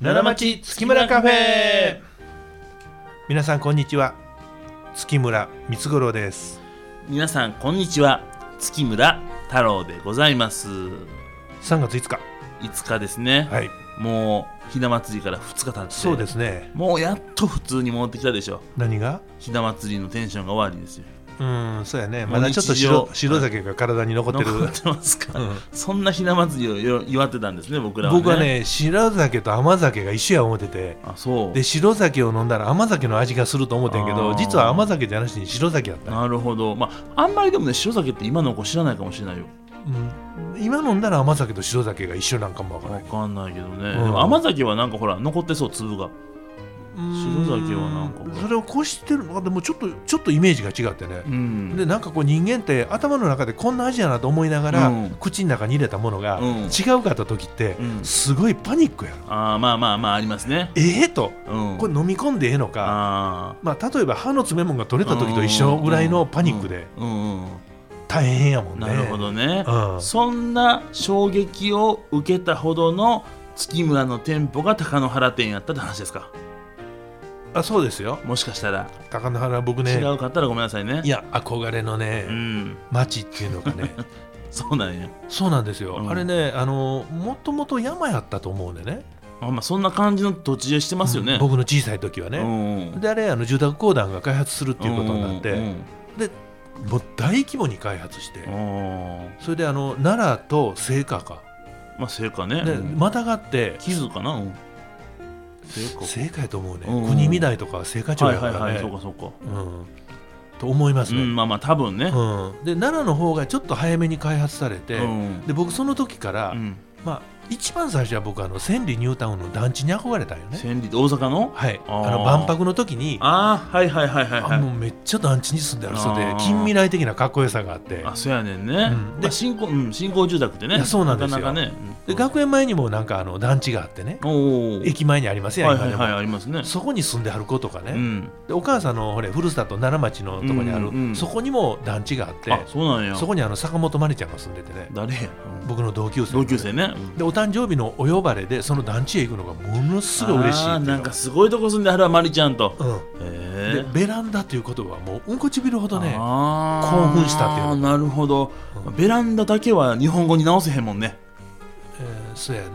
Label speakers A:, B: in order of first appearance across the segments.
A: 奈良町月村カフェ皆さんこんにちは月村光五郎です
B: 皆さんこんにちは月村太郎でございます
A: 3月5日
B: 5日ですね、
A: はい
B: もうひな祭りから2日経って
A: そうですね
B: もうやっと普通に戻ってきたでしょ
A: 何が
B: ひな祭りのテンションが終わりですよ
A: うんそうやね
B: も
A: ま
B: う
A: だちょっと
B: 日常
A: 白白酒が体に残ってる
B: 残ってますか、
A: うん
B: そんなひな祭りをよ祝ってたんですね僕らはね
A: 僕はね白酒と甘酒が一緒や思ってて
B: あそう
A: で白酒を飲んだら甘酒の味がすると思ってんけど
B: あー
A: 実は甘酒じゃなしに白酒やった、
B: なるほどまああんまりでもね白酒って今の子知らないかもしれないよ
A: うん、今飲んだら甘酒と白酒が一緒なんかもわからな
B: わ
A: い
B: かんないけどね、
A: うん
B: でも甘酒はなんかほら残ってそう粒が
A: うん
B: 白酒はなんか
A: それをこしてるのかでもちょっとちょっとイメージが違ってね、
B: うん
A: でなんかこう人間って頭の中でこんな味やなと思いながら、
B: うん
A: 口の中に入れたものが
B: うん
A: 違うかった時って、
B: うん
A: すごいパニックやろ、
B: あーまあまあまあありますね
A: ええと
B: うん
A: これ飲み込んでええのか、
B: あ
A: まあ、例えば歯の詰め物が取れた時と一緒ぐらいのパニックで
B: あ、うんうん
A: 大変やもんね。
B: なるほどね、
A: うん
B: そんな衝撃を受けたほどの月村の店舗が高野原店やったって話ですか
A: あそうですよ
B: もしかしたら、
A: 高野原僕
B: 違
A: ね
B: うかったらごめんなさいね
A: いや憧れのね、
B: うん
A: 町っていうのが ね
B: そうなんや
A: そうなんですよ、
B: うん
A: あれねあのもともと山やったと思うんでね
B: あまあそんな感じの土地でしてますよね、
A: うん僕の小さい時はね、
B: ね
A: であれあの住宅公団が開発するっていうことになって、
B: うん
A: もう大規模に開発して、
B: うんうん
A: それであの奈良と青果か、
B: まあ成果ね、
A: で
B: うん
A: またがって
B: 木津かな、うん、成果
A: 青果やと思うね、
B: うん
A: 国見台とか青果町
B: はい
A: や
B: は
A: か
B: いは
A: ら
B: い、
A: ね、
B: そうかそうか、
A: うん、と思います
B: う
A: ね、うん
B: ん、まあまあ多分ね、
A: で奈良の方がちょっと早めに開発されて、
B: うん
A: で僕その時から、
B: うん、
A: まあ、一番最初は僕あの千里ニュータウンの団地に憧れたんよね、
B: 千里って大阪の
A: はい、
B: あー
A: あの万博の時に
B: ああはいはいはいはいは
A: あ
B: い
A: もうめっちゃ団地に住んである人で
B: あー
A: 近未来的なかっこよさがあって
B: あそうやねんね、
A: うんで
B: で新興うん、新興住宅って
A: い
B: ね
A: やそうなんですよ
B: なかなかね
A: で学園前にもなんかあの団地があってね
B: おお
A: 駅前にありますや
B: は
A: ん
B: い
A: 今
B: はい
A: でも、
B: はいありますね
A: そこに住んではる子とかね、
B: うん
A: でお母さんのほれふるさと奈良町のとこにある、
B: うんうん
A: そこにも団地があって
B: あそうなんや
A: そこにあの坂本真理ちゃんが住んでてね
B: 誰や、うん
A: 僕の同級生
B: 同級生ね、
A: でお誕生日のお呼ばれでその団地へ行くのがものすごい嬉しいって
B: あ
A: い
B: ー
A: うの
B: なんかすごいとこ住んではるわまりちゃんと、
A: うん
B: へ
A: で
B: え
A: ベランダということはもううんこちびるほどね
B: あ
A: 興
B: ー
A: 奮したっていうの
B: なるほど、
A: うん
B: ベランダだけは日本語に直せへんもんね
A: えーそうやね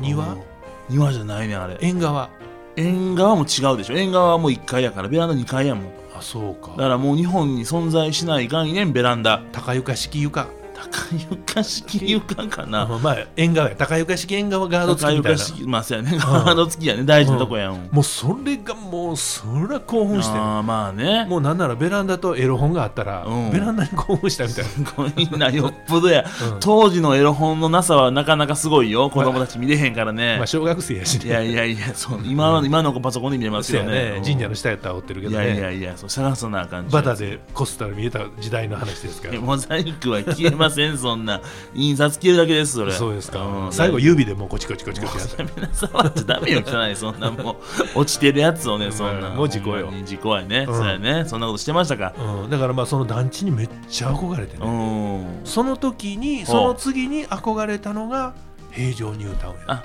A: 庭
B: うん庭じゃないねあれ
A: 縁側
B: 縁側も違うでしょ縁側はもう1階やからベランダ2階やもん
A: あそう
B: だか
A: から
B: もう日本に存在しない概念ベランダ
A: 高床式床
B: 高床式床かな、
A: まあまあ縁側や高床式縁側ガード付きみたいな
B: まあ、そうやね。ガード付きやね。大事なとこやん。
A: もうそれがもうそりゃ興奮して
B: あーまあね。
A: もうなんならベランダとエロ本があったら、
B: うん
A: ベランダに興奮したみたいな
B: すごいな、よっぽどや。
A: うん
B: 当時のエロ本のなさはなかなかすごいよ。子供たち見れへんからね
A: まあ。小学生やし
B: い
A: ね
B: やいやいや、そう今は今の子パソコンで見れます
A: そう
B: よ
A: や
B: ね。
A: ね
B: うん
A: 神社の下やったら追ってるけ
B: い
A: ど
B: や
A: ね
B: いやいや、そう探さなあかんし
A: バタでこすったら見えた時代の話ですか
B: いや
A: ら
B: モザイクは消えません、そんな。印刷消えるだけです、それ。
A: そうですか、
B: うん
A: 最後指でもうコチコチコチコチやった
B: ダメな 触っちゃダメよ汚いそんなもう落ちてるやつをねそんな
A: もう事故よ
B: ほんまに事故やね、
A: うん
B: そうやねそんなことしてましたか
A: うん、だからまあその団地にめっちゃ憧れて
B: う
A: ね、
B: ん
A: その時にその次に憧れたのが平城ニュータウンや
B: あ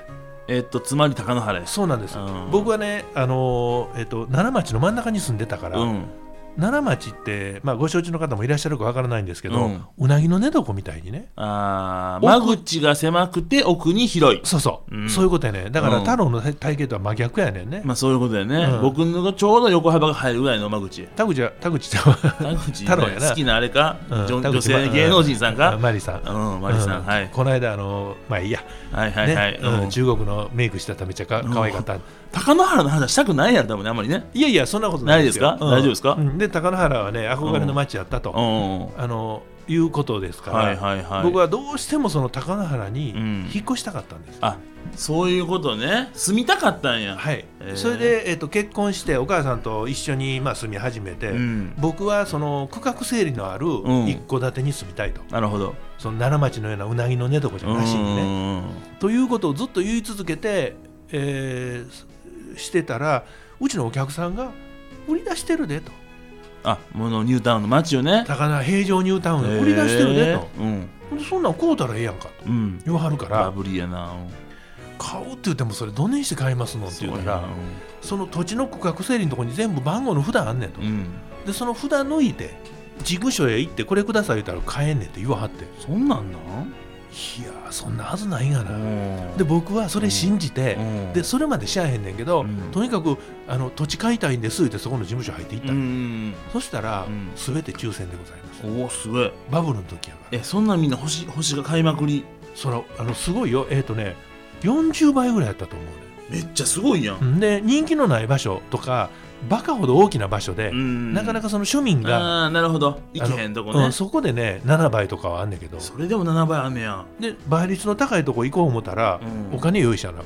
B: えっとつまり高野原です
A: そうなんです、
B: うん
A: 僕はね、あのーえっと奈良町の真ん中に住んでたから、
B: うん
A: 奈良町って、まあ、ご承知の方もいらっしゃるかわからないんですけど、う
B: うん
A: なぎの寝床みたいにね
B: あー
A: 奥
B: 間口が狭くて奥に広い
A: そうそう、
B: うん
A: そういうことやねだから
B: うん
A: 太郎の体体型とは真逆やねんね、
B: まあそういうことだよね、
A: うん
B: 僕のがちょうど横幅が入るぐらいの間口
A: 田口は田口ちゃんは
B: 間口
A: 太郎やな
B: 好きなあれか、
A: うん
B: じょ
A: 田口
B: 女性芸能人さん
A: う
B: か
A: マリさん
B: うんマリさん、
A: う
B: はい
A: この間あのまあいいや、
B: はいはいはい、
A: ね
B: うん
A: うん中国のメイクしたためっちゃか可愛かった、
B: 高野原の話はしたくないやろ多分ねあんまりね
A: いやいやそんなことないよ
B: ないですか大丈夫ですか
A: うんで高野原はね憧れの街やったと、
B: うん
A: あのいうことですから、
B: はいはいはい
A: 僕はどうしてもその高野原に
B: うん
A: 引っ越したかったんです、
B: あそういうことね住みたかったんや、
A: はい
B: へー
A: それで、えっと結婚してお母さんと一緒に、まあ、住み始めて、
B: うん、
A: 僕はその区画整理のある
B: うん
A: 一戸建てに住みたいと、
B: なるほど
A: その奈良町のようなうなぎの寝床じゃなしに
B: う
A: ね。
B: ん
A: ということをずっと言い続けて、えーしてたらうちのお客さんが売り出してるでと
B: あものニュータウンの街をね
A: 高野平常ニュータウン売り出してるでと
B: へー、うん
A: ほんでそんなん買うたらええやんかと
B: うん
A: 言わはるか
B: バ
A: ら
B: ブリーやなうん
A: 買うって言ってもそれどねんして買いますのって言うたらその土地の区画整理のとこに全部番号の札あんねんと、
B: うん、うん
A: でその札抜いて事務所へ行ってこれください言ったら買えんねんって言わはってい
B: そんなんなん
A: やーそんなはずないがな、
B: で
A: で僕はそれ信じて、でそれまでしゃあへんねんけど、
B: うん
A: とにかくあの土地買いたいんですってそこの事務所入っていった、
B: うん
A: そしたら、
B: うん
A: すべて抽選でございました
B: おおすごい
A: バブルの時やから
B: えそんなんみんな星星が買いまくり
A: そらあのすごいよえっ、とね40倍ぐらいやったと思うね
B: めっちゃすごいやん、
A: んで人気のない場所とかバカほど大きな場所で、
B: ん
A: なかなかその庶民が
B: ああーなるほど行けへんとこ
A: う
B: ね
A: ん、そこでね7倍とかはあんねんけど
B: それでも7倍雨やん
A: で倍率の高いとこ行こう思ったら、
B: うん
A: お金用意したな、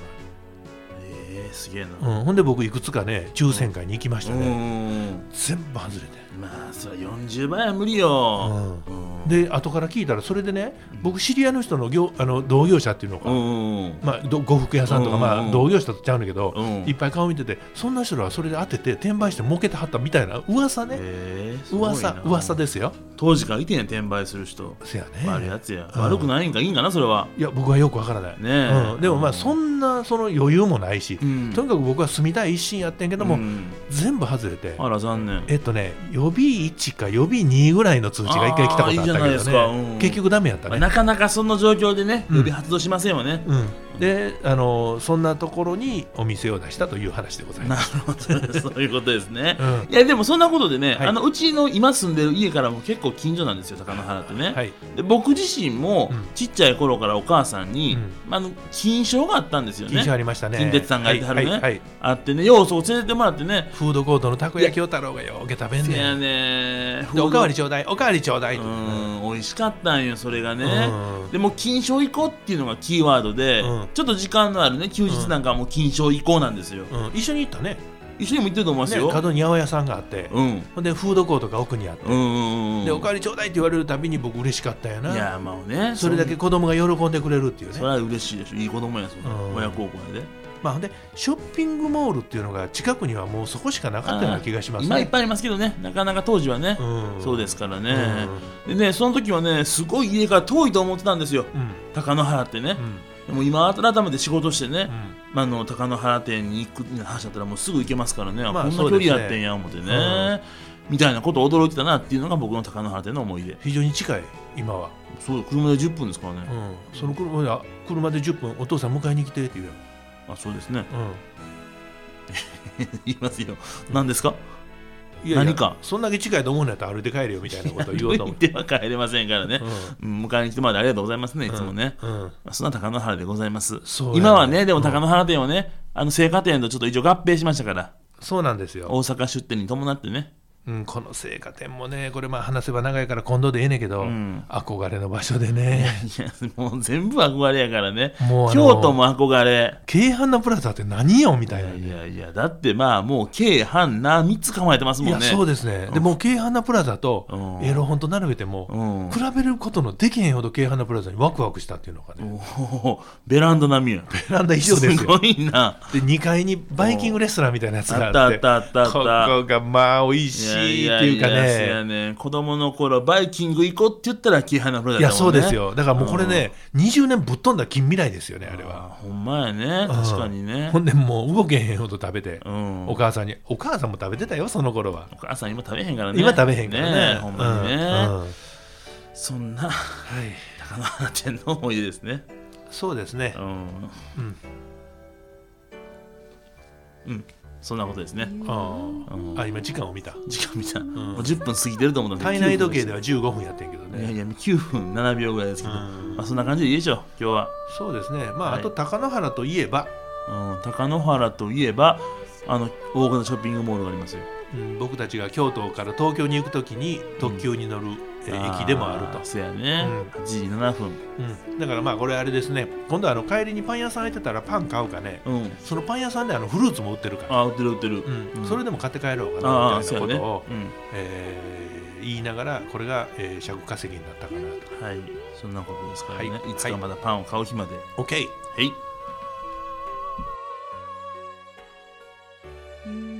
B: えー、すげえな、
A: うん、ほんで僕いくつかね抽選会に行きましたね、
B: ん
A: 全部外れて、
B: まあそれ40倍は無理よ、
A: う
B: うん
A: ん、で後から聞いたらそれでね
B: うん
A: 僕知り合いの人の業あの同業者っていうのか、
B: うん
A: まあ、ど呉服屋さんとか、
B: うん
A: まあ、同業者とちゃうんだけど、
B: うん
A: いっぱい顔見ててそんな人らはそれで当てて転売して儲けてはったみたいな噂ね、
B: えーすごいな
A: 噂噂ですよ
B: 当時からいてんやん転売する人
A: せやね
B: 悪いやつや、
A: うん
B: 悪くないんかいいんかなそれはい
A: や僕はよくわからない、
B: ねえ
A: うん、でもまあそんなその余裕もないし、
B: うん
A: とにかく僕は住みたい一心やってんけども、
B: うん
A: 全部外れて、
B: あら残念
A: えっとね、予備1か予備2ぐらいの通知が一回来たことあったけ
B: あーいいじゃない
A: ど
B: です
A: ね、
B: かうん
A: 結局ダメやった
B: まあ
A: ね。
B: なかなかその状況でね
A: うん
B: 予備発動しませんよね、
A: うん、で、あのそんなところにお店を出したという話でござい
B: な
A: ま
B: る
A: す。
B: ほどそういうことですね、
A: うん
B: いやでもそんなことでね、
A: はい
B: あのうちの今住んでる家からも結構近所なんですよ高野原ってね、
A: はい、
B: で僕自身も
A: うん
B: ちっちゃい頃からお母さんに、
A: うん
B: まああの金賞があったんですよ
A: 印象あ
B: ね
A: りましたね。
B: 近鉄さんがやってはるね
A: はいはいはい
B: あってね要素を連れてってもらってね
A: フードコートのたこ焼きを太郎がようけ食べん
B: せ
A: ね
B: や
A: ん。
B: ね
A: でおかわりちょうだい、おかわりちょうだいと。
B: うん美味しかったんよそれがね、
A: うん
B: でもう金賞行こうっていうのがキーワードで、
A: うん
B: ちょっと時間のあるね休日なんかはもう金賞行こうなんですよ、
A: うん一緒に行ったね
B: 一緒にも行ってると思います
A: ね
B: よ、
A: 角に八百屋さんがあって、
B: うんうん
A: ほんでフードコートが奥にあって、
B: うんうん
A: でおかわりちょうだいって言われるたびに僕嬉しかったよ
B: い
A: な
B: やまあね
A: それだけ子供が喜んでくれるっていうね
B: それは嬉しいでしょいい子供やそんな
A: うん
B: 親孝行やで
A: まあ、ほんでショッピングモールっていうのが近くにはもうそこしかなかったような気がします
B: 今いっ
A: ね。
B: ぱいありますけどねなかなか当時はね、
A: うん
B: そうですからね、でねその時はねすごい家から遠いと思ってたんですよ
A: うんうん
B: 高野原って
A: う、
B: ね
A: ん
B: でも今改めて仕事してね
A: う、ん
B: まあ、あの高野原店に行くって話だったらもうすぐ行けますからね、あ
A: まあ
B: こんな
A: そ
B: 距
A: うです
B: 離
A: ね
B: やってんや思ってね、みたいなこと驚いてたなっていうのが僕の高野原店の思い出
A: 非常に近い今は、
B: そう車で10分ですから
A: う
B: ね、
A: ん、その車で車で10分お父さん迎えに来てって言うよ、
B: あそうですね
A: う
B: 言いますよ何ですか
A: ん、いやいや
B: 何か
A: そんだけ近いと思うんやったら歩いて帰れよみたいなことを言おうと思
B: 言
A: っ、
B: ってては帰れませんからね
A: う、ん
B: うん迎えに来てもらってありがとうございますねいつもね、
A: うん、
B: まあそんな高野原でございます
A: そうやね
B: 今はねでも
A: うん
B: 高野原店はね、あの青果店とちょっと一応合併しましたから
A: そうなんですよ、
B: 大阪出店に伴ってね
A: うん、この青果店もねこれまあ話せば長いから今度でええねんけど、
B: うん
A: 憧れの場所でね
B: いやもう全部憧れやからね
A: もうあの
B: 京都も憧れ
A: 京阪のプラザって何よみたいなね
B: いやいや、だってまあ、もう、軽、半、な、3つ構えてますもん
A: い
B: ね。
A: やそうですね、
B: うん
A: でもう京阪なプラザと
B: うん
A: エロ本と並べても、
B: うん
A: 比べることのできへんほど京阪なプラザにワクワクしたっていうのがね、
B: おーベランダ並みや。
A: ベランダ以上ですす
B: ご
A: よ
B: いな。
A: で2階にバイキングレストランみたいなやつがあ
B: あ
A: っ
B: ってたあったあったあった
A: ここがまあ美味しいっていうかねい
B: や
A: や
B: ややそうやね子供の頃、バイキング行こうって言ったら、キーハイナプロだったもんね。
A: そうです。よだからもうこれね、20年ぶっ飛んだ近未来ですよねあれは、
B: あほんまやね。確かにね
A: ほ。んでもう動けへんほど食べて、
B: うん。
A: お
B: お
A: 母さんにお母さんも食べてたよその頃は
B: 母さん今食べへんからね。
A: 今食べへんからね
B: えほんまにね。
A: うんうん
B: そんな、
A: はい、
B: 高野花ちゃんの思い出ですね。
A: そうですね
B: うん。
A: うん
B: うん。そんなことですね。
A: あ
B: うん
A: ーあ今時間を見た
B: 時間見た、もう10分過ぎてると思ったんで
A: 体内時計では15分やってんけど
B: いやい
A: ね
B: や9分7秒ぐらいですけど、
A: うん
B: まあ、そんな感じでいいでしょう今日は、
A: そうですねまあ、
B: はい
A: あと貴乃花といえば、
B: うん、貴乃原といえばあの大型ショッピングモールがありますよ
A: うん、僕たちが京都から東京に行くときに特急に乗る、えー駅でもあると
B: そやね、8時7分
A: うん、だからまあこれあれですね今度あの帰りにパン屋さん空いてたらパン買うかね
B: うん
A: そのパン屋さんであのフルーツも売ってるから、
B: あ売ってる売ってる、
A: うん
B: うん
A: それでも買って帰ろうか
B: あ
A: な
B: あ
A: みた
B: そ
A: いなこ
B: うやね、
A: とを、
B: う
A: えー言いながらこれが、えー、尺稼ぎになったかなと
B: ん、はいそんなことですからね、、
A: はいい
B: つかまだパンを買う日までは
A: OK
B: い
C: 夢